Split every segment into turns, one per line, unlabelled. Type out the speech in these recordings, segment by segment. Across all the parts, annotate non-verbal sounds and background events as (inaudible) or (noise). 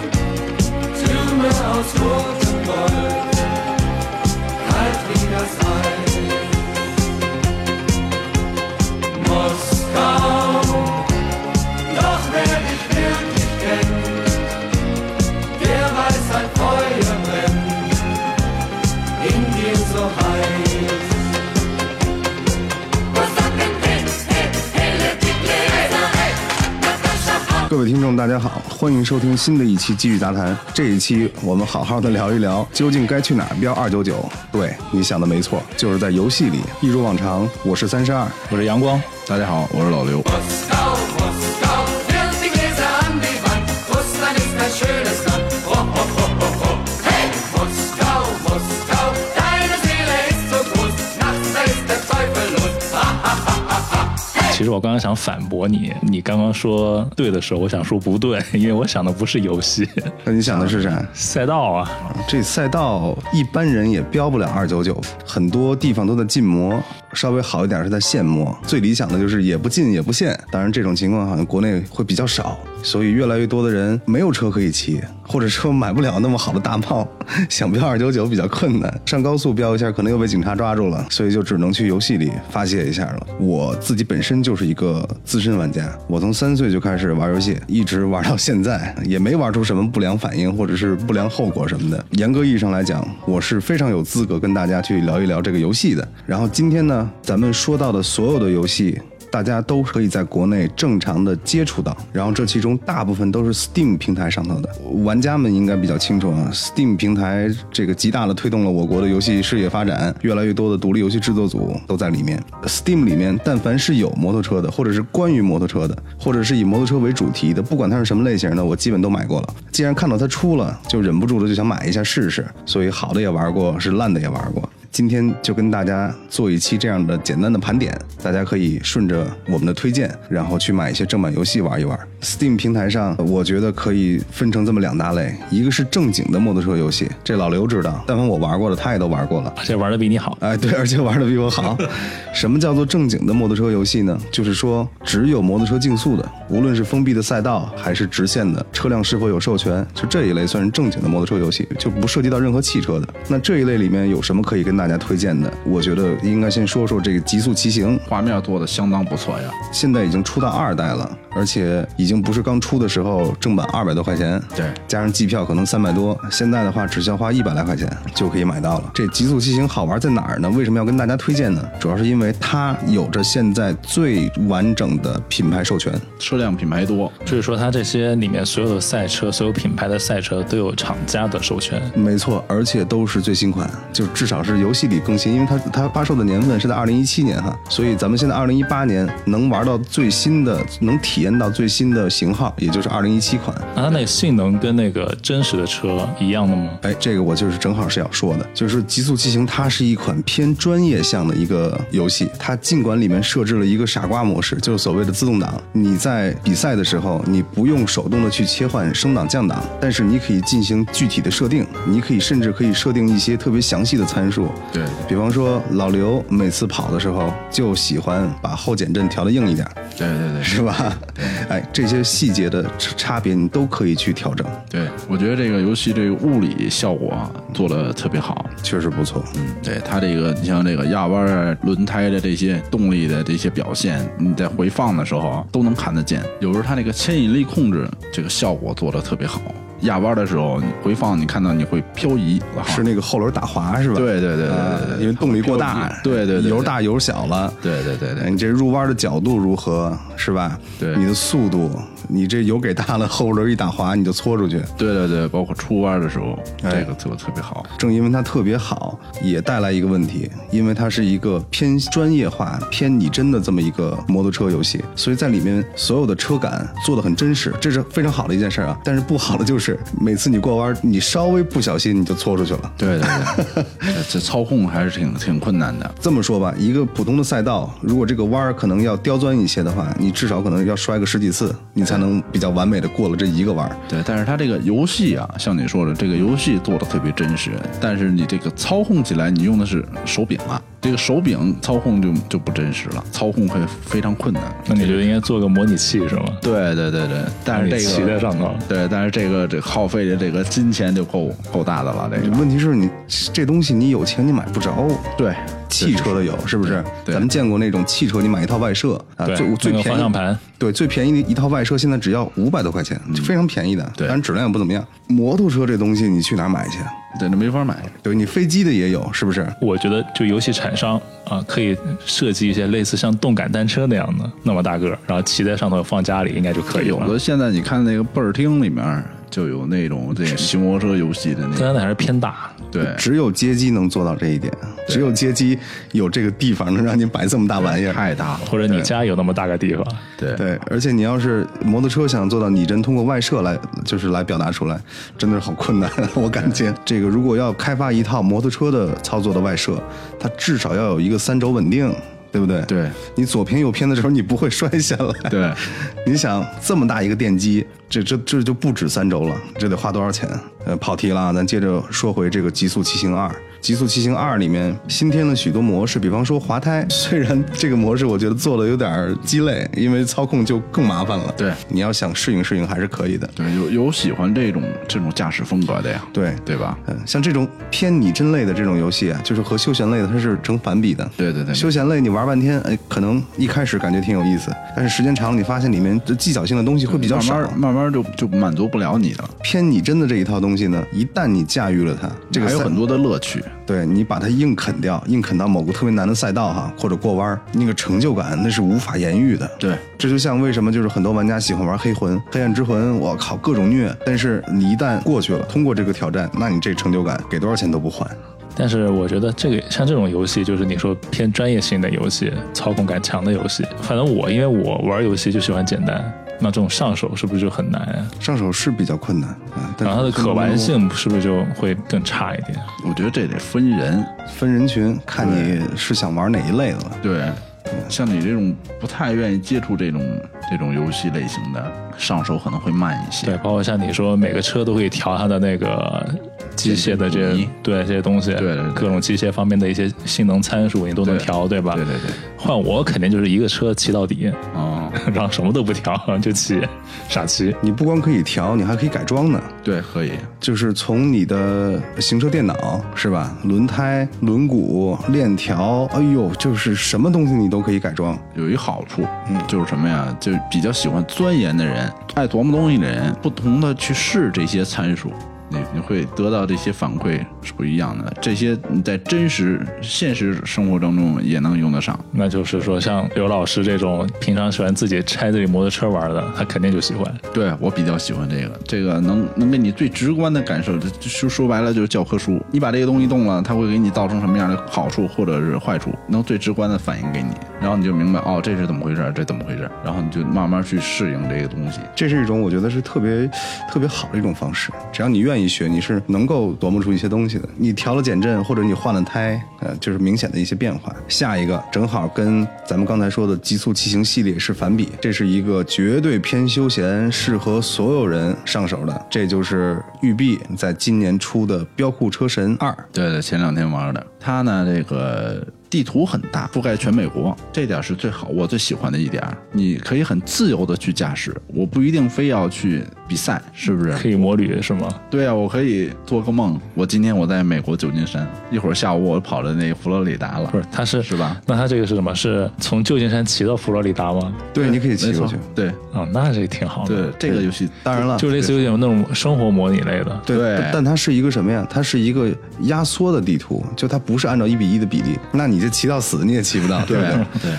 Halt
各位听众，大家好，欢迎收听新的一期《机遇杂谈》。这一期我们好好的聊一聊，究竟该去哪儿标二九九？对，你想的没错，就是在游戏里。一如往常，我是三十二，
我是阳光，
大家好，我是老刘。
Moskau, Moskau, wirf die Gläser an die Wand. Russland ist ein schönes Land. Ho, ho, ho, ho, ho. Hey, Moskau, Moskau, deine Seele ist so groß. Nachts da ist der Teufel los. Ha, ha, ha, ha, ha. Hey,
其实我刚刚想反驳你，你刚刚说对的时候，我想说不对，因为我想的不是游戏， (laughs)
那你想的是啥？
赛道啊。
这赛道一般人也标不了二九九，很多地方都在禁摩，稍微好一点是在限摩。最理想的就是也不进也不限，当然这种情况好像国内会比较少，所以越来越多的人没有车可以骑，或者说买不了那么好的大炮，想标二九九比较困难。上高速标一下可能又被警察抓住了，所以就只能去游戏里发泄一下了。我自己本身就是一个资深玩家，我从三岁就开始玩游戏，一直玩到现在，也没玩出什么不良反应或者是不良后果什么的。严格意义上来讲，我是非常有资格跟大家去聊一聊这个游戏的。然后今天呢，咱们说到的所有的游戏。大家都可以在国内正常的接触到，然后这其中大部分都是 Steam 平台上头的，玩家们应该比较清楚啊。Steam 平台这个极大的推动了我国的游戏事业发展，越来越多的独立游戏制作组都在里面。Steam 里面，但凡是有摩托车的，或者是关于摩托车的，或者是以摩托车为主题的，不管它是什么类型的，我基本都买过了。既然看到它出了，就忍不住的就想买一下试试，所以好的也玩过，是烂的也玩过。今天就跟大家做一期这样的简单的盘点，大家可以顺着我们的推荐，然后去买一些正版游戏玩一玩。Steam 平台上，我觉得可以分成这么两大类，一个是正经的摩托车游戏，这老刘知道，但凡我玩过的，他也都玩过了。
而且玩的比你好，
哎，对，而且玩的比我好。什么叫做正经的摩托车游戏呢？就是说只有摩托车竞速的，无论是封闭的赛道还是直线的，车辆是否有授权，就这一类算是正经的摩托车游戏，就不涉及到任何汽车的。那这一类里面有什么可以跟大家推荐的？我觉得应该先说说这个极速骑行，
画面做的相当不错呀，
现在已经出到二代了，而且已经不是刚出的时候正版二百多块钱，
对
加上机票可能三百多，现在的话只需要花一百来块钱就可以买到了。这极速骑行好玩在哪儿呢？为什么要跟大家推荐呢？主要是因为它有着现在最完整的品牌授权，
车辆品牌多，
就是说它这些里面所有的赛车，所有品牌的赛车都有厂家的授权。
没错，而且都是最新款，就至少是游戏里更新，因为它它发售的年份是在二零一七年哈，所以咱们现在二零一八年能玩到最新的，能体验到最新的型号，也就是二零一七款。
那它那性能跟那个真实的车一样的吗？
哎，这个我就是正好是要说的，就是《极速骑行》，它是一款偏专业向的一个游戏。它尽管里面设置了一个傻瓜模式，就是所谓的自动挡，你在比赛的时候，你不用手动的去切换升档降档，但是你可以进行具体的设定，你可以甚至可以设定一些特别详细的参数。
对，
比方说，老刘每次跑的时候就喜欢把后减震调的硬一点，
对对对
是吧？ (laughs) 哎，这些细节的差差别你都可以去调整，
对，我觉得这个游戏这个物理效果啊做的特别好，
确实不错。
嗯，对它这个你像这个压弯啊、轮胎的这些动力的这些表现，你在回放的时候啊都能看得见。有时候它那个牵引力控制这个效果做的特别好，压弯的时候你回放你看到你会漂移，好
是那个后轮打滑是吧？
对对对对
啊
对对对
因为动力过大
漂移，对对对对
油大油小了。
对对对
哎
对
你这入弯的角度如何是吧？
对
你的速度，你这油给大了，后轮一打滑你就搓出去。
对对对，包括出弯的时候，
哎
这个做的特别好。
正因为它特别好，也带来一个问题，因为它是一个偏专业化、偏拟真的这么一个摩托车游戏，所以在里面所有的车感做的很真实，这是非常好的一件事儿啊。但是不好的就是每次你过弯，你稍微不小心你就搓出去了。
对
(laughs)
对对，这这操控还是挺挺困难的。
这么说吧，一个普通的赛道，如果这个弯儿可能要刁钻一些的话，你至少可能要摔个十几次，你才能比较完美的过了这一个弯儿。
对，但是它这个游戏啊，像你说的，这个游戏做的特别真实，但是你这个操控起来，你用的是手柄啊，这个手柄操控就就不真实了，操控会非常困难。
那你就应该做个模拟器是吗？
对对对对，但是
让你骑
这
在
个
上头。
对，但是这个这耗费的这个金钱就够够大的了，这个
问题是你这东西你有钱你买不着，哦
对。
汽车的有，是不是？
对
咱们见过那种汽车，你买一套外设啊，
对
最最
那
便宜
个方向盘，嗯
对，最便宜的一套外设现在只要五百多块钱，就非常便宜的，
对
但是质量也不怎么样。摩托车这东西你去哪儿买去？
对，那没法买。
对你飞机的也有，是不是？
我觉得就游戏厂商啊，可以设计一些类似像动感单车那样的那么大个儿，然后骑在上头放家里应该就可以
有
了。
的现在你看那个倍儿厅里面就有那种这个骑摩托车游戏的那
但
个，
是那还是偏大，
对，
只有街机能做到这一点，只有街机有这个地方能让你摆这么大玩意儿。
太大了。
或者你家有那么大个地方，
对，
对，而且你要是摩托车想做到拟真，通过外设来就是来表达出来，真的是好困难。 (laughs) 我感觉这个如果要开发一套摩托车的操作的外设，它至少要有一个三轴稳定，对不对？
对，
你左偏右偏的时候你不会摔下来。
对，
(laughs) 你想这么大一个电机，这这这就不止三轴了，这得花多少钱？呃，跑题了啊，咱接着说回这个《极速骑行二》。《极速骑行二》里面新添了许多模式，比方说滑胎， (laughs) 虽然这个模式我觉得做的有点儿鸡肋，因为操控就更麻烦了。
对
你要想适应适应还是可以的。
对，有有喜欢这种这种驾驶风格的呀，
对
对吧？
嗯，像这种偏拟真类的这种游戏啊，就是和休闲类的它是成反比的。
对对对，
休闲类你玩半天，哎，可能一开始感觉挺有意思，但是时间长了，你发现里面的技巧性的东西会比较少。啊
慢慢慢慢就就满足不了你了，
偏拟真的这一套东西呢，一旦你驾驭了它，这个
还有
赛
很，多的乐趣。
对你把它硬啃掉，硬啃到某个特别难的赛道哈，或者过弯儿，那个成就感那是无法言喻的。
对，
这就像为什么就是很多玩家喜欢玩黑魂、黑暗之魂，我靠各种虐，但是你一旦过去了，通过这个挑战，那你这成就感给多少钱都不换。
但是我觉得这个像这种游戏，就是你说偏专业性的游戏，操控感强的游戏，反正我因为我玩游戏就喜欢简单，那这种上手是不是就很难呀、
上手是比较困难，嗯，但
然
是
后它的可玩性是不是就会更差一点？
我觉得这得分人，
分人群，看你是想玩哪一类的了。
对，像你这种不太愿意接触这种这种游戏类型的，上手可能会慢一些。
对，包括像你说每个车都可以调它的那个机械的这些
减震阻尼
对这些东西，
对对对
各种机械方面的一些性能参数你都能
对
调，对吧？
对对对，
换我肯定就是一个车骑到底， (laughs)
哦，
然后什么都不调就骑，傻骑。
你不光可以调，你还可以改装呢。
对，可以，
就是从你的行车电脑是吧？轮胎、轮毂、链条，哎呦，就是什么东西你都可以改装。
有一好处，嗯，就是什么呀？就比较喜欢钻研的人，爱琢磨东西的人，不同的去试这些参数。你你会得到这些反馈是不一样的，这些你在真实现实生活当中也能用得上。
那就是说，像刘老师这种平常喜欢自己拆自己摩托车玩的，他肯定就喜欢。
对我比较喜欢这个，这个能能给你最直观的感受，就就说白了就是教科书。你把这个东西动了，它会给你造成什么样的好处或者是坏处，能最直观的反映给你，然后你就明白哦，这是怎么回事儿，这怎么回事儿，然后你就慢慢去适应这个东西。
这是一种我觉得是特别特别好的一种方式。只要你愿意学，你是能够琢磨出一些东西的。你调了减震，或者你换了胎，呃，就是明显的一些变化。下一个正好跟咱们刚才说的极速骑行系列是反比，这是一个绝对偏休闲，适合所有人上手的。这就是育碧在今年出的《飙酷车神二》。
对对，前两天玩的，它呢这个地图很大，覆盖全美国，这点是最好我最喜欢的一点儿。你可以很自由的去驾驶，我不一定非要去比赛，是不是？
可以摩旅是吗？
对啊，我可以做个梦，我今天我在美国旧金山，一会儿下午我跑到那个佛罗里达了
不。是，他是
是吧？
那他这个是什么？是从旧金山骑到佛罗里达吗？
对，你可以骑
没
过
错
去。，
对
啊、那这个挺好的
对，，这个游戏
当然了，
就类似于有那种生活模拟类的。
对，
对
但但它是一个什么呀？它是一个压缩的地图，就它不是按照一比一的比例，那你就骑到死你也骑不到，对不对？
(laughs) 对，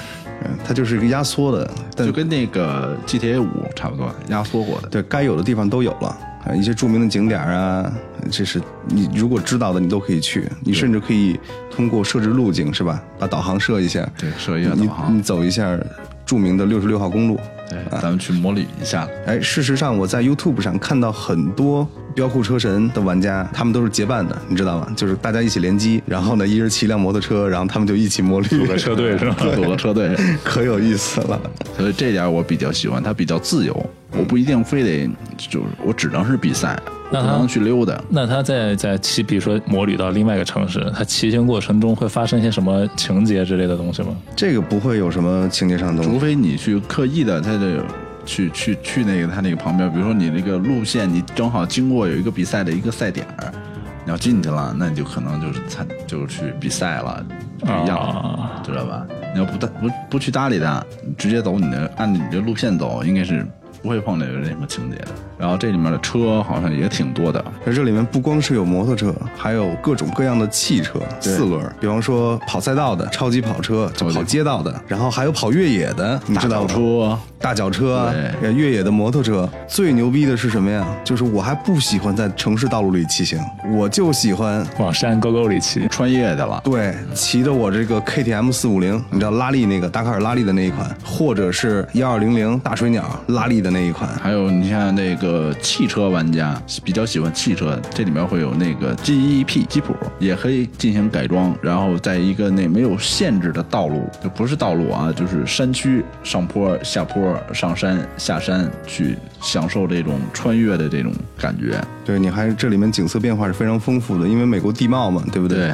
嗯，它就是一个压缩的，但
就跟那个 GTA 五差不多，压缩过的。
对该有的地方都有了。啊一些著名的景点啊，这是你如果知道的，你都可以去。你甚至可以通过设置路径，是吧？把导航设一下，
对设一下
你
导航
你走一下著名的六十六号公路，
对，咱们去模拟一下。
哎，事实上，我在 YouTube 上看到很多飙酷车神的玩家，他们都是结伴的，你知道吗？就是大家一起联机，然后呢，一人骑一辆摩托车，然后他们就一起摩旅
有，个车队是吧？
组个车队，
可有意思了。
所以这点我比较喜欢，它比较自由，我不一定非得就是我只能是比赛，我
那
不
它
能去溜达。
(laughs) 那他在在骑，比如说摩旅到另外一个城市，他骑行过程中会发生一些什么情节之类的东西吗？
这个不会有什么情节上的东西。
除非你去刻意的在这去去去那个他那个旁边，比如说你那个路线，你正好经过有一个比赛的一个赛点儿，你要进去了，那你就可能就是参就去比赛了，不一样
啊
了，知道吧？你要不搭不不去搭理他，你直接走你的按你的路线走，应该是不会碰这个那什么情节的。然后这里面的车好像也挺多的，
而这里面不光是有摩托车，还有各种各样的汽车，四轮儿，比方说跑赛道的、超级跑车、
级
跑街道的，然后还有跑越野的，你
大
知道
轿
吗？
车，
大脚车、啊
对
越野的摩托车，最牛逼的是什么呀？就是我还不喜欢在城市道路里骑行，我就喜欢
往山沟沟里骑，
穿越的了，
对骑着我这个 KTM 四五零，你知道拉力那个达喀尔拉力的那一款，或者是幺二零零大水鸟拉力的那一款，
还有你像那个汽车玩家比较喜欢汽车，这里面会有那个 GEP 吉普，也可以进行改装，然后在一个那没有限制的道路，就不是道路啊，就是山区上坡、下坡、上山、下山，去享受这种穿越的这种感觉。
对，你还这里面景色变化是非常丰富的，因为美国地貌嘛，对不对？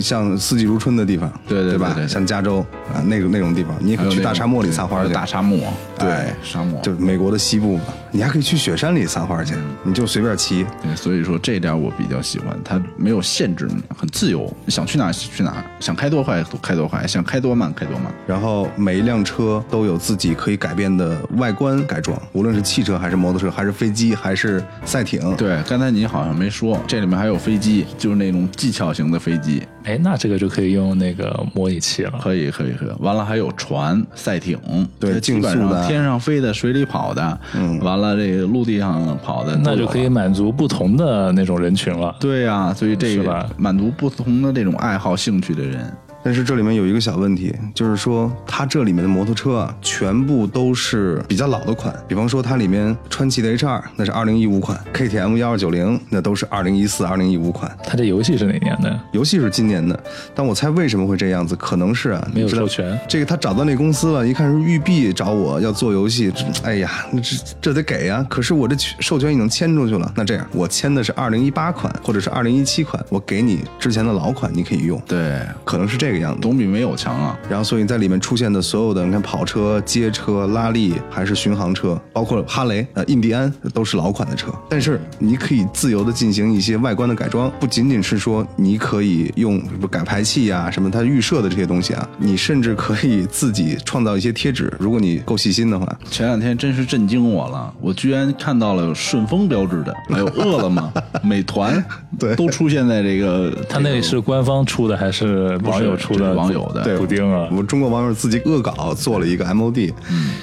像四季如春的地方，
对对
对
对
吧？
对对
像加州啊那个那种地方，你也
还
可以
有
去
那
大
种
沙漠里撒欢
还
儿
有
去，
大沙漠，
对
哎沙漠，
就是美国的西部嘛，你还可以去雪山里撒欢儿去，你就随便骑。
对，所以说这点我比较喜欢，它没有限制你，很自由，你想去哪儿去哪儿，想开多快开多快，想开多慢开多慢。
然后每一辆车都有自己可以改变的外观改装，无论是汽车还是摩托车，还是飞机，还是赛艇。
对，刚才你好像没说，这里面还有飞机，就是那种技巧型的飞机，
哎，那这个就可以用那个模拟器了。
可以，可以，可以。完了还有船、赛艇，
对
这基本
竞速的
上天上飞的、水里跑的，嗯，完了这个陆地上跑的，
那就可以。满足不同的那种人群了。
对呀、所以这
是吧
个满足不同的这种爱好、兴趣的人，
但是这里面有一个小问题，就是说它这里面的摩托车啊，全部都是比较老的款，比方说它里面川崎的 H 2那是二零一五款，KTM 幺二九零那都是二零一四、二零一五款。
它这游戏是哪年的？
游戏是今年的，但我猜为什么会这样子，可能是啊，
没有
你知道
授权
这个他找到那公司了，一看是育碧找我要做游戏，这哎呀，那这这得给呀、可是我这授权已经签出去了，那这样我签的是二零一八款或者是二零一七款，我给你之前的老款，你可以用，
对，
可能是这个样子。
总比没有强啊。
然后，所以在里面出现的所有的，你看跑车、街车、拉力，还是巡航车，包括哈雷、呃印第安，都是老款的车。但是你可以自由的进行一些外观的改装，不仅仅是说你可以用什么改排气呀、什么它预设的这些东西啊，你甚至可以自己创造一些贴纸，如果你够细心的话。
前两天真是震惊我了，我居然看到了有顺丰标志的，还有饿
(laughs)
了么、美团，
对
都出现在这个。
它那是官方出的还是网友出
这
的？
是网友的
对
补丁啊
我，们中国网友自己恶搞做了一个 MOD，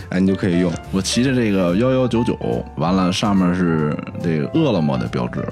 哎，你就可以用。
我骑着这个幺幺九九，完了上面是这个饿了么的标志，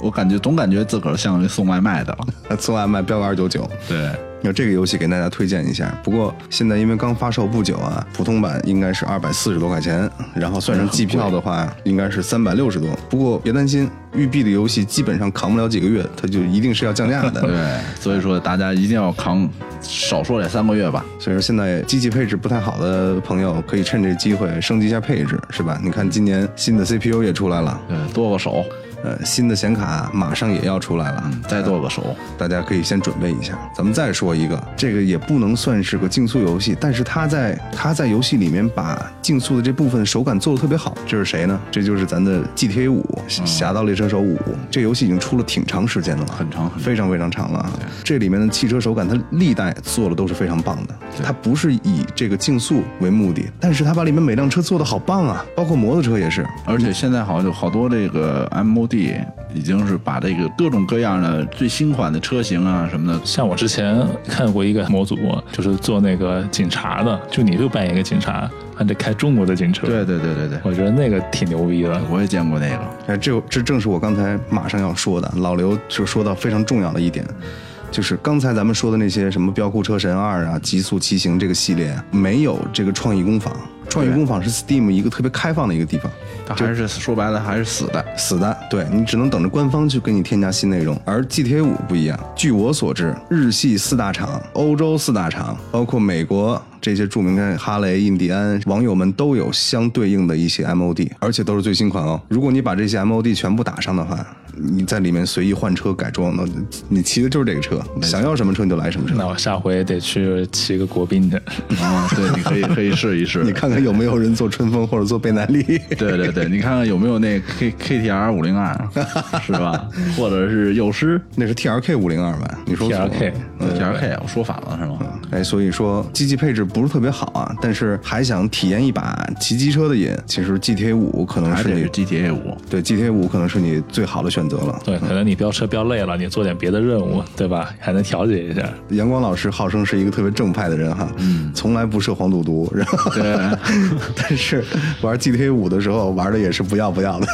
我感觉总感觉自个儿像一送外卖的。
送外卖标个二九九。
对，
那这个游戏给大家推荐一下，不过现在因为刚发售不久啊，普通版应该是二百四十多块钱，然后算上机票的话，应该是三百六十多。不过别担心，育碧的游戏基本上扛不了几个月，它就一定是要降价的。
对，所以说大家一定要扛，少说也三个月吧。
所以说现在机器配置不太好的朋友，可以趁这机会升级一下配置，是吧？你看今年新的 CPU 也出来了，
对，剁个手，
呃，新的显卡马上也要出来了，
再剁个手。
大家可以先准备一下。咱们再说一个，这个也不能算是个竞速游戏，但是他在他在游戏里面把竞速的这部分手感做得特别好。这是谁呢？这就是咱的 GTA 五《
嗯
侠盗猎车手五》这游戏已经出了挺长时间了，
很长很长
非常非常长了啊。这里面的汽车手感，它历代做的都是非常棒的。它不是以这个竞速为目的，但是它把里面每辆车做的好棒啊，包括摩托车也是。
而且现在好像有好多这个 MOD 已经是把这个各种各样的最新款的车型啊什么的，
像我之前看过一个模组，就是做那个警察的，就你就扮演一个警察，按着开中国的警车。
对，对对对对，
我觉得那个挺牛逼的。
我也见过那个。
哎，这这正是我刚才马上要说的，老刘就说到非常重要的一点，就是刚才咱们说的那些什么《飙酷车神二》啊，《极速骑行》这个系列啊，没有这个创意工坊。创意工坊是 Steam 一个特别开放的一个地方，
它还是说白了还是死 (laughs) 的，
死的，对你只能等着官方去给你添加新内容。而 GTA 五不一样，据我所知，日系四大厂、欧洲四大厂，包括美国这些著名的哈雷、印第安，网友们都有相对应的一些 MOD，而且都是最新款哦。如果你把这些 MOD 全部打上的话，你在里面随意换车改装的，你骑的就是这个车，想要什么车你就来什么车。
(laughs)
那我下回得去骑个国宾去。
啊，对，你可以可以试一试。
你看看有没有人做春风或者做倍耐力，
(laughs) 对对对，你看看有没有那 K K T R 五零 (laughs) 二，是吧？或者是幼师
(laughs) 那是 T L K 五零二吧？你说错了
TRK
T R K，我说反了是吗？
哎，所以说机器配置不是特别好啊，但是还想体验一把骑机车的瘾，其实 GTA 五可能
还
是
得
你
是 G T A 五。
啊对 GTA 五可能是你最好的选择了。
对，可能你飙车飙累了，你做点别的任务，对吧？还能调节一下。
阳光老师号称是一个特别正派的人哈，嗯，从来不涉黄赌毒，然后， (laughs) 但是玩 GTA 五的时候玩的也是不要不要的，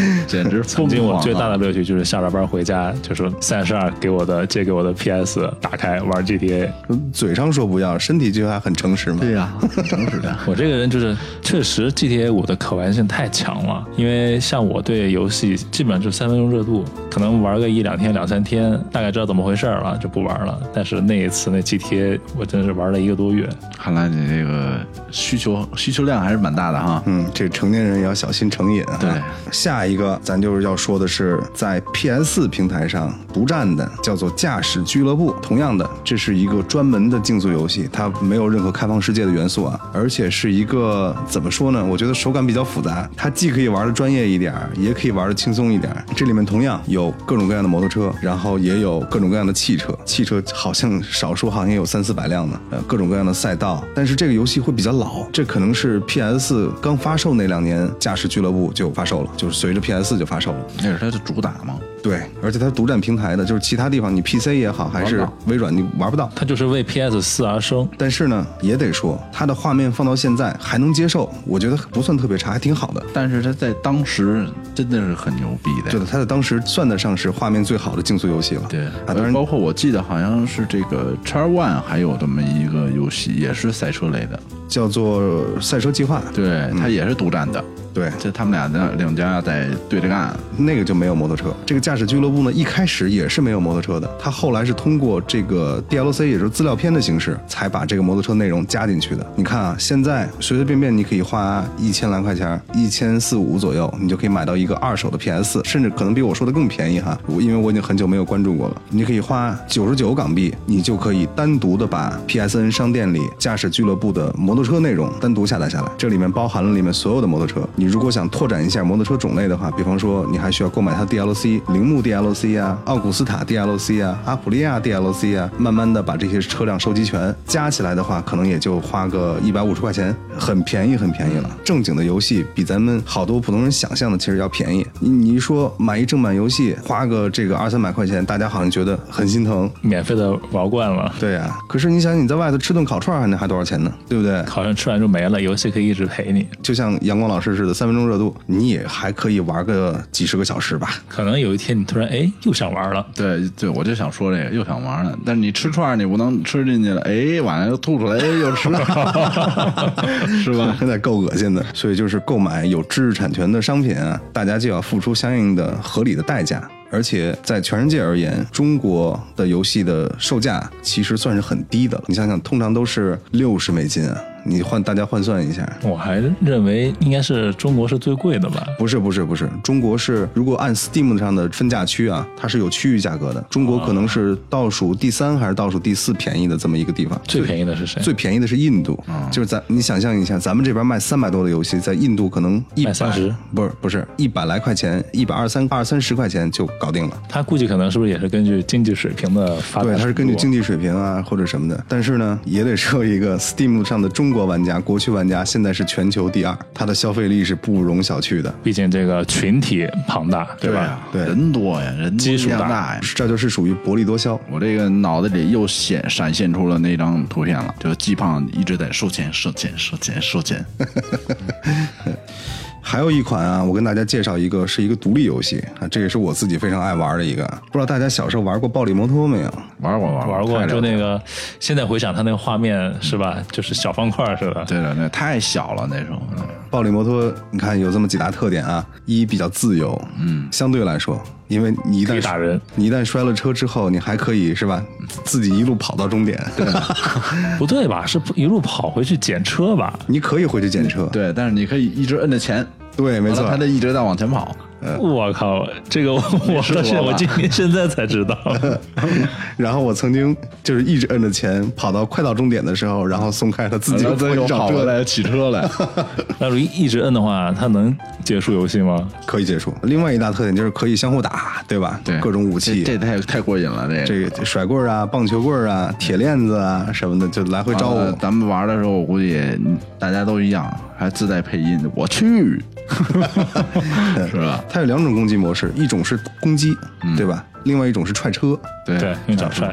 (laughs)
简直
曾
疯
经
狂
我
啊！
最大的乐趣就是下了班回家，就说三十二给我的借给我的 PS 打开玩 GTA。
嘴上说不要，身体就还很诚实嘛。
(laughs) 对 (laughs) 呀，真是的。
(laughs) 我这个人就是确实 GTA 五的可玩性太强了，因为像我对游戏基本上就三分钟热度，可能玩个一两天、两三天，大概知道怎么回事儿了就不玩了。但是那一次那 GTA 我真是玩了一个多月，
看来你这个需求需求量还是蛮大的哈。
嗯，这成年人也要小心成瘾啊。
啊对，
下一个咱就是要说的是在 PS 平台上独占的，叫做《驾驶俱乐部》。同样的，这是一个专门的竞速游戏，它没有任何开放世界的元素啊，而且是一个怎么说呢？我觉得手感比较复杂，它既可以玩的专业一点儿，也可以玩的轻松一点儿。这里面同样有各种各样的摩托车，然后也有各种各样的汽车，汽车好像少数好像也有三四百辆呢，呃，各种各样的赛道。但是这个游戏会比较老，这可能是 PS 刚发售那两年，驾驶俱乐部就发售了，就是随着 PS 就发售了。
那是它的主打嘛。
对，而且它是独占平台的，就是其他地方你 PC 也好，还是
玩不到
微软你玩不到。
它就是为 PS 四而生。
但是呢，也得说它的画面放到现在还能接受，我觉得不算特别差，还挺好的。
但是它在当时真的是很牛逼的
对的，
呀。
它在当时算得上是画面最好的竞速游戏了。
对
啊，当然
包括我记得好像是这个 X One 还有这么一个游戏，也是赛车类的，
叫做赛车计划，
对，它也是独占的。
对，
这他们俩的两家在对着干，
那个就没有摩托车。这个驾驶俱乐部呢，一开始也是没有摩托车的，它后来是通过这个 DLC，也就是资料片的形式，才把这个摩托车内容加进去的。你看啊，现在随随便便你可以花一千来块钱，一千四五左右，你就可以买到一个二手的 PS，甚至可能比我说的更便宜哈，我因为我已经很久没有关注过了。你可以花九十九港币，你就可以单独的把 PSN 商店里驾驶俱乐部的摩托车内容单独下载下来，这里面包含了里面所有的摩托车。你如果想拓展一下摩托车种类的话，比方说你还需要购买它 DLC、铃木 DLC 啊、奥古斯塔 DLC 啊、阿普利亚 DLC 啊，慢慢的把这些车辆收集全，加起来的话，可能也就花个一百五十块钱，很便宜，很便宜了。正经的游戏比咱们好多普通人想象的其实要便宜。你你一说买一正版游戏花个这个二三百块钱，大家好像觉得很心疼。
免费的玩惯了，
对呀、可是你想你在外头吃顿烤串儿还能还多少钱呢？对不对？
好像吃完就没了，游戏可以一直陪你。
就像阳光老师似的，三分钟热度，你也还可以玩个几十个小时吧。
可能有一天你突然哎又想玩了，
对对，我就想说这个，又想玩了。但是你吃串儿，你不能吃进去了，哎，晚上又吐出来，哎，又吃了，是
(laughs)
吧？
现在够恶心的，所以就是购买有知识产权的商品啊，大家就要付出相应的合理的代价。而且在全世界而言，中国的游戏的售价其实算是很低的了。你想想，通常都是六十美金啊，你换大家换算一下，
我还认为应该是中国是最贵的吧。
不是不是不是，中国是如果按 Steam 上的分价区啊，它是有区域价格的。中国可能是倒数第三还是倒数第四便宜的这么一个地方。
最便宜的是谁？
最便宜的是印度，就是咱你想象一下，咱们这边卖三百多的游戏，在印度可能一百
卖30，
不是不是一百来块钱，一百二三二三十块钱就搞定了。
他估计可能是不是也是根据经济水平的发展？
啊对，它是根据经
济。
济水平啊或者什么的，但是呢，也得说一个 Steam 上的中国玩家、国区玩家现在是全球第二，它的消费力是不容小觑的。
毕竟这个群体庞大，对吧？
呀
对
人多呀，人
基数
量
大
大呀。
这就是属于薄利多销，
我这个脑子里又显闪现出了那张图片了，就是季胖一直在收钱、收钱、收钱、收钱。
还有一款啊，我跟大家介绍一个，是一个独立游戏啊，这也是我自己非常爱玩的一个。不知道大家小时候玩过暴力摩托没有？
玩过玩
玩过
太了
就
解
那个，现在回想它那个画面是吧，就是小方块似的。
对了，那太小了那时候。嗯
暴力摩托，你看有这么几大特点啊：一比较自由，嗯，相对来说，因为你一
可
旦
以打人，
你一旦摔了车之后，你还可以是吧，自己一路跑到终点，
不对吧？是一路跑回去捡车吧？
(laughs) 你可以回去捡车，
对，但是你可以一直摁着前，
对，没
完
错
了，他就一直在往前跑。
我靠，这 (laughs) 个我我
是
说
我
嗯是我
吧
今天现在才 (laughs) 知道，
(laughs) 然后我曾经就是一直摁着钱，跑到快到终点的时候，然后松开了，自己又
然后
回
再
去
又
找
跑
车
过
来，
来起车来，
那如果一直摁的话，它能结束游戏吗？
可以结束。另外一大特点就是可以相互打，对吧？
对，
各种武器，啊
这这太太过瘾了，这个
这个甩棍儿啊、棒球棍儿啊、铁链子啊什么的，就来回招呼
完了。呃咱们玩的时候，我估计大家都一样，还自带配音。我 (laughs) 去，是吧？
它有两种攻击模式，一种是攻击，对吧？另外一种是踹车。
对
对，用脚踹。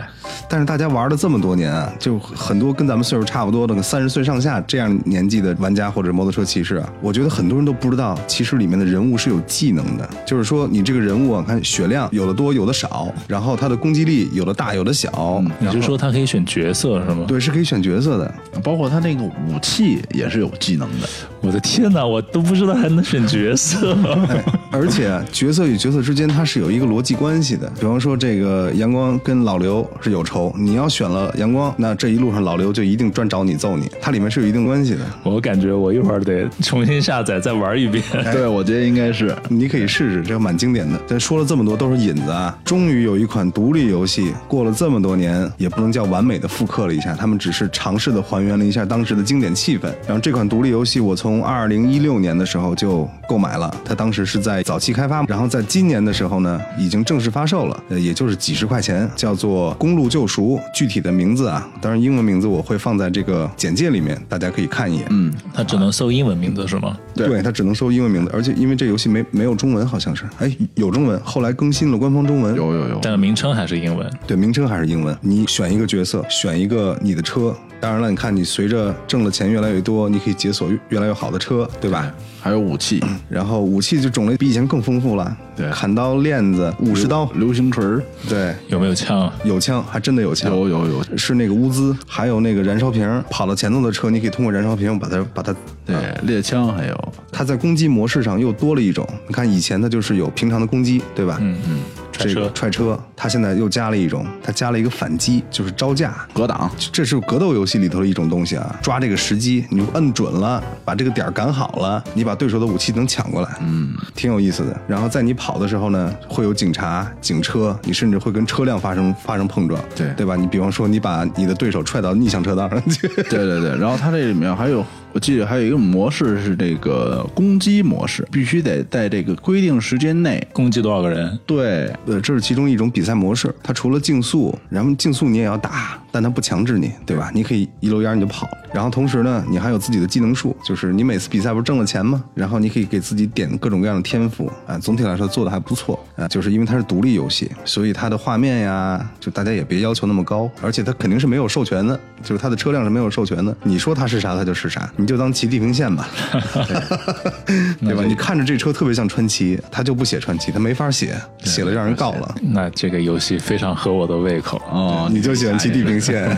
但是大家玩了这么多年啊，就很多跟咱们岁数差不多的，三十岁上下这样年纪的玩家或者摩托车骑士啊，我觉得很多人都不知道，其实里面的人物是有技能的。就是说，你这个人物啊，看血量有的多，有的少，然后他的攻击力有的大，有的小，
你是说它可以选角色是吗？
对，是可以选角色的。
包括他那个武器也是有技能的，
我的天哪，我都不知道还能选角色。 (laughs)
而且角色与角色之间，它是有一个逻辑关系的。比方说，这个阳光跟老刘是有仇，你要选了阳光，那这一路上老刘就一定专找你揍你，它里面是有一定关系的。
我感觉我一会儿得重新下载再玩 (laughs) 一遍。
对我觉得应该是
你可以试试，这个蛮经典的。但说了这么多都是引子啊，终于有一款独立游戏过了这么多年，也不能叫完美的复刻了一下，他们只是尝试的还原了一下当时的经典气氛。然后这款独立游戏我从二零一六年的时候就购买了，它当时是在早期开发，然后在今年的时候呢已经正式发售了，呃，也就是几十块钱，叫做《公路救赎》，具体的名字啊，当然英文名字我会放在这个简介里面，大家可以看一眼。嗯，
它只能搜英文名字是吗？
对它只能搜英文名字，而且因为这游戏没没有中文，好像是，哎，有中文，后来更新了官方中文，
有有有
但是名称还是英文。
对，名称还是英文。你选一个角色，选一个你的车，当然了，你看你随着挣的钱越来越多，你可以解锁越越来越好的车，对吧？
还有武器，
然后武器就种类比以前更丰富了，
对
砍刀、链子、武士刀，
流行锤儿，
对，
有没有枪？
有枪，还真的有枪，
有有有，
是那个乌兹，还有那个燃烧瓶，跑到前头的车，你可以通过燃烧瓶把它把它
对猎枪还有，
它在攻击模式上又多了一种。你看以前它就是有平常的攻击，对吧？嗯嗯，
踹
这个
车
踹车，它现在又加了一种，它加了一个反击，就是招架。
格挡，
这是格斗游戏里头的一种东西啊，抓这个时机，你摁准了，把这个点儿赶好了，你把对手的武器能抢过来，嗯，挺有意思的。然后在你跑的时候呢，会有警察、警车，你甚至会跟车辆发生发生碰撞，
对
对吧？你比方说你把你的对手踹到逆向车道上去，
对对对，然后它这里面还有，我记得还有一个模式是这个攻击模式，必须得在这个规定时间内。
攻击多少个人？
对，
呃，这是其中一种比赛模式。它除了竞速，然后竞速你也要打，但它不强制你，对吧？你可以一溜烟儿你就跑，然后同时呢，你还有自己的技能树，就是你每次比赛不是挣了钱吗？然后你可以给自己点各种各样的天赋啊。总体来说做的还不错啊，就是因为它是独立游戏，所以它的画面呀，就大家也别要求那么高，而且它肯定是没有授权的，就是它的车辆是没有授权的。你说它是啥，它就是啥，你就当骑地平线吧，对吧？你看着这车特别像川崎，它就不写川崎，它没法写，写了让人告了。
那这个游戏非常合我的胃口啊！
哦，
你就喜欢骑地平线。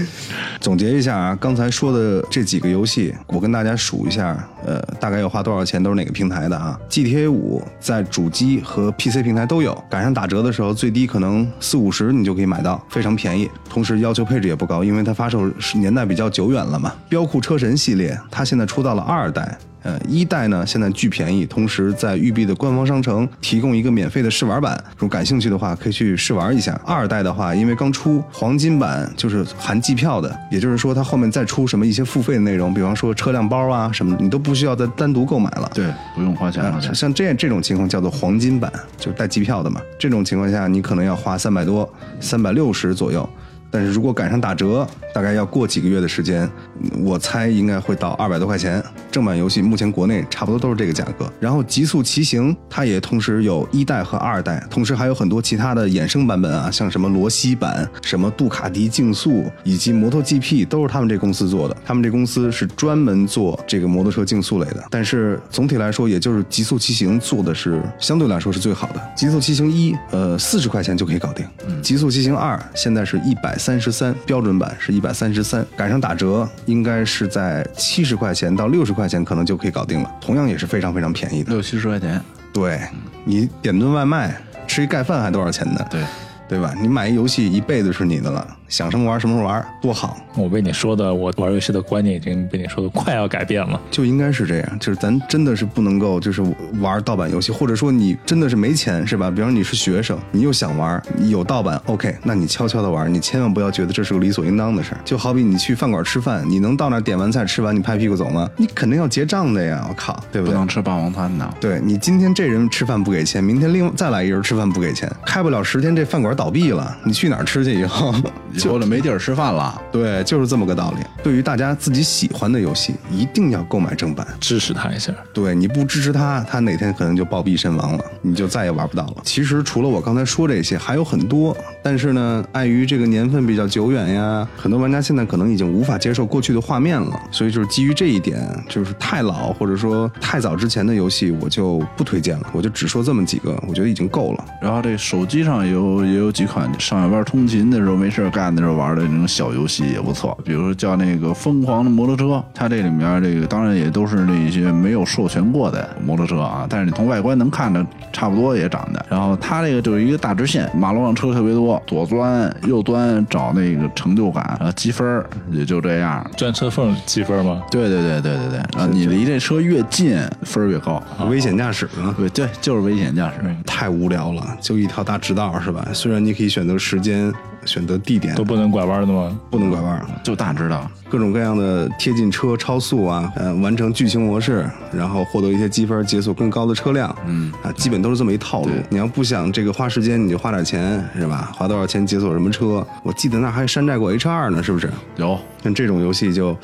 (laughs) 总结一下啊，刚才说的这几个游戏，我跟大家数一下，呃，大概要花多少钱，都是哪个平台的啊？GTA 五在主机和 PC 平台都有，赶上打折的时候，最低可能四五十你就可以买到，非常便宜。同时要求配置也不高，因为它发售是年代比较久远了嘛。标酷车神系列，它现在出到了二代。呃，一代呢现在巨便宜，同时在育碧的官方商城提供一个免费的试玩版，如果感兴趣的话可以去试玩一下。二代的话，因为刚出黄金版，就是含机票的，也就是说它后面再出什么一些付费的内容，比方说车辆包啊什么的，你都不需要再单独购买了。
对，不用花钱了，
像像这这种情况叫做黄金版，就是带机票的嘛。这种情况下，你可能要花三百多、三百六十左右。但是如果赶上打折，大概要过几个月的时间，嗯我猜应该会到二百多块钱。正版游戏目前国内差不多都是这个价格。然后《极速骑行》它也同时有一代和二代，同时还有很多其他的衍生版本啊，像什么罗西版、什么杜卡迪竞速以及摩托 GP 都是他们这公司做的。他们这公司是专门做这个摩托车竞速类的，但是总体来说，也就是《极速骑行》做的是相对来说是最好的。《极速骑行一》呃四十块钱就可以搞定，《极速骑行二》现在是一百三十三，标准版是一百三十三，赶上打折应该是在七十块钱到六十块钱可能就可以搞定了，同样也是非常非常便宜的。
六七十块钱，
对你点顿外卖，吃一盖饭还多少钱呢？
对，
对吧？你买一游戏一辈子是你的了，想什么玩什么玩，多好！
我被你说的，我玩游戏的观念已经被你说的快要改变了。
就应该是这样，就是咱真的是不能够就是玩盗版游戏，或者说你真的是没钱是吧？比方你是学生，你又想玩，你有盗版，OK，那你悄悄的玩，你千万不要觉得这是个理所应当的事儿。就好比你去饭馆吃饭，你能到那儿点完菜吃完你拍屁股走吗？你肯定要结账的呀！我靠，对不
不
对？
能吃霸王餐的。
对你今天这人吃饭不给钱，明天另再来一人吃饭不给钱，开不了十天这饭馆倒闭了，你去哪儿吃去以后？
以后就没地儿吃饭了。
对，就是这么个道理。对于大家自己喜欢的游戏，一定要购买正版。
支持他一下，
对你不支持他，他哪天可能就暴毙身亡了，你就再也玩不到了。其实除了我刚才说这些，还有很多，但是呢，碍于这个年份比较久远呀，很多玩家现在可能已经无法接受过去的画面了，所以就是基于这一点，就是太老或者说太早之前的游戏我就不推荐了，我就只说这么几个，我觉得已经够了。
然后这手机上也有也有几款上下班通勤的时候没事儿干的时候玩的那种小游戏也不错，比如说叫那个《疯狂的摩托车》，它这里面这个当然也都是那些没有授权过的摩托车啊，但是你从外观能看着差不多也长得。然后它这个就是一个大直线，马路上车特别多，左钻右钻找那个成就感，然后积分儿也就这样。
钻车缝积分吗？
对对对对对对，啊，你离这车越近分儿越高。
危险驾驶呢？
对对，就是危险驾驶。
太无聊了，就一条大直道是吧？虽然你可以选择时间、选择地点，
都不能拐弯的吗？
不能拐弯。啊
就大直道，
各种各样的贴近车超速啊，呃，完成剧情模式，然后获得一些积分，解锁更高的车辆，嗯，啊，基本都是这么一套路。你要不想这个花时间，你就花点钱，是吧？花多少钱解锁什么车？我记得那还山寨过 H 二呢，是不是？
有
像这种游戏就，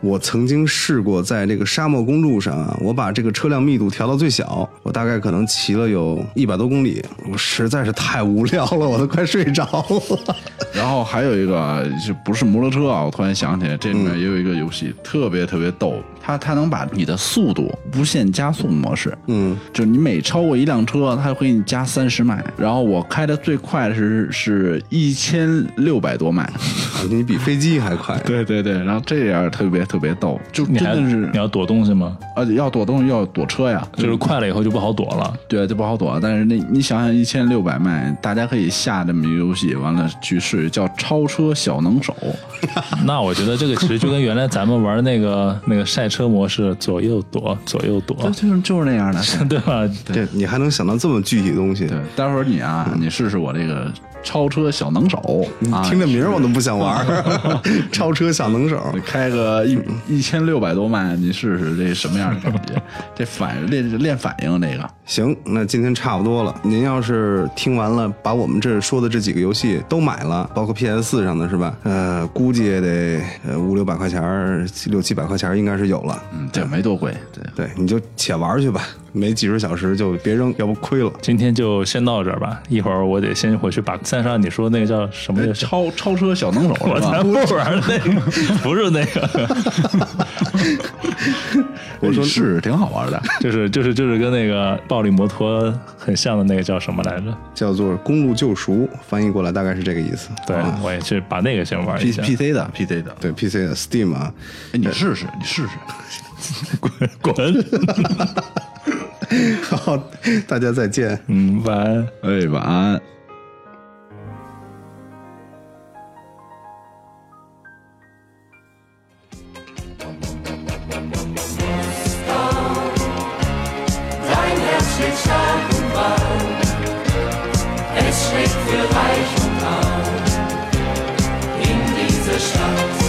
我曾经试过在这个沙漠公路上啊，我把这个车辆密度调到最小，我大概可能骑了有一百多公里，我实在是太无聊了，我都快睡着了。
然后还有一个就不是摩托车啊，我突然想起来，这里面也有一个游戏、特别特别逗，它它能把你的速度无限加速模式，
嗯，
就是你每超过一辆车，它会给你加三十迈，然后我开的最快的是是一千六百多迈， (laughs)
你比飞机还快。
对对对，然后这样特别特别逗，就
你
真
还
的是嗯
你要躲东西吗？
而呃且要躲东西要躲车呀，
就是快了以后就不好躲了。
对，就不好躲。但是那你想想，一千六百迈，大家可以下这么一个游戏，完了去试，叫超车小能手。
那我觉得这个其实就跟原来咱们玩那个 (laughs) 那个赛车模式，左右躲，左右躲，
对，就是就是那样的。
(laughs) 对吧？
对，你还能想到这么具体的东西？
对，待会儿你啊，你试试我这个超车小能手啊，
听这名儿我都不想玩儿， (laughs) 超车小能手。
你开个一一千六百多迈，你试试这什么样的 (laughs) 感觉？这反练练反应这个，
行，那今天差不多了。您要是听完了，把我们这说的这几个游戏都买了，包括 PS 四上的是吧？呃，估计也得呃五六百块钱儿，六七百块钱儿应该是有了。
嗯，这没多贵，对，
对，你就且玩儿去吧，没几十小时就别扔，要不亏了。
今天就先到这儿吧，一会儿我得先回去把三十二你说那个叫什么游戏？
超超车小能手
(laughs)
(laughs)
我
是
才
吧？
不玩那
(laughs)
个，不是那个，
我说是挺好 (laughs) 玩的，
(laughs) 就是就是就是跟那个暴力摩托很像的那个叫什么来着？
叫做《公路救赎》，翻译过来大概是这个意思。
对，我也是把那个先玩
哦 P
一下。
P C 的 P C 的，
对，PC 的 Steam 啊， (laughs)
哎，你试试，你试试，
滚！
好，大家再见。
嗯，晚安。
哎，晚安。
Dein Herz schlägt stark und warm. Es schlägt für Reich und Arm in dieser Stadt.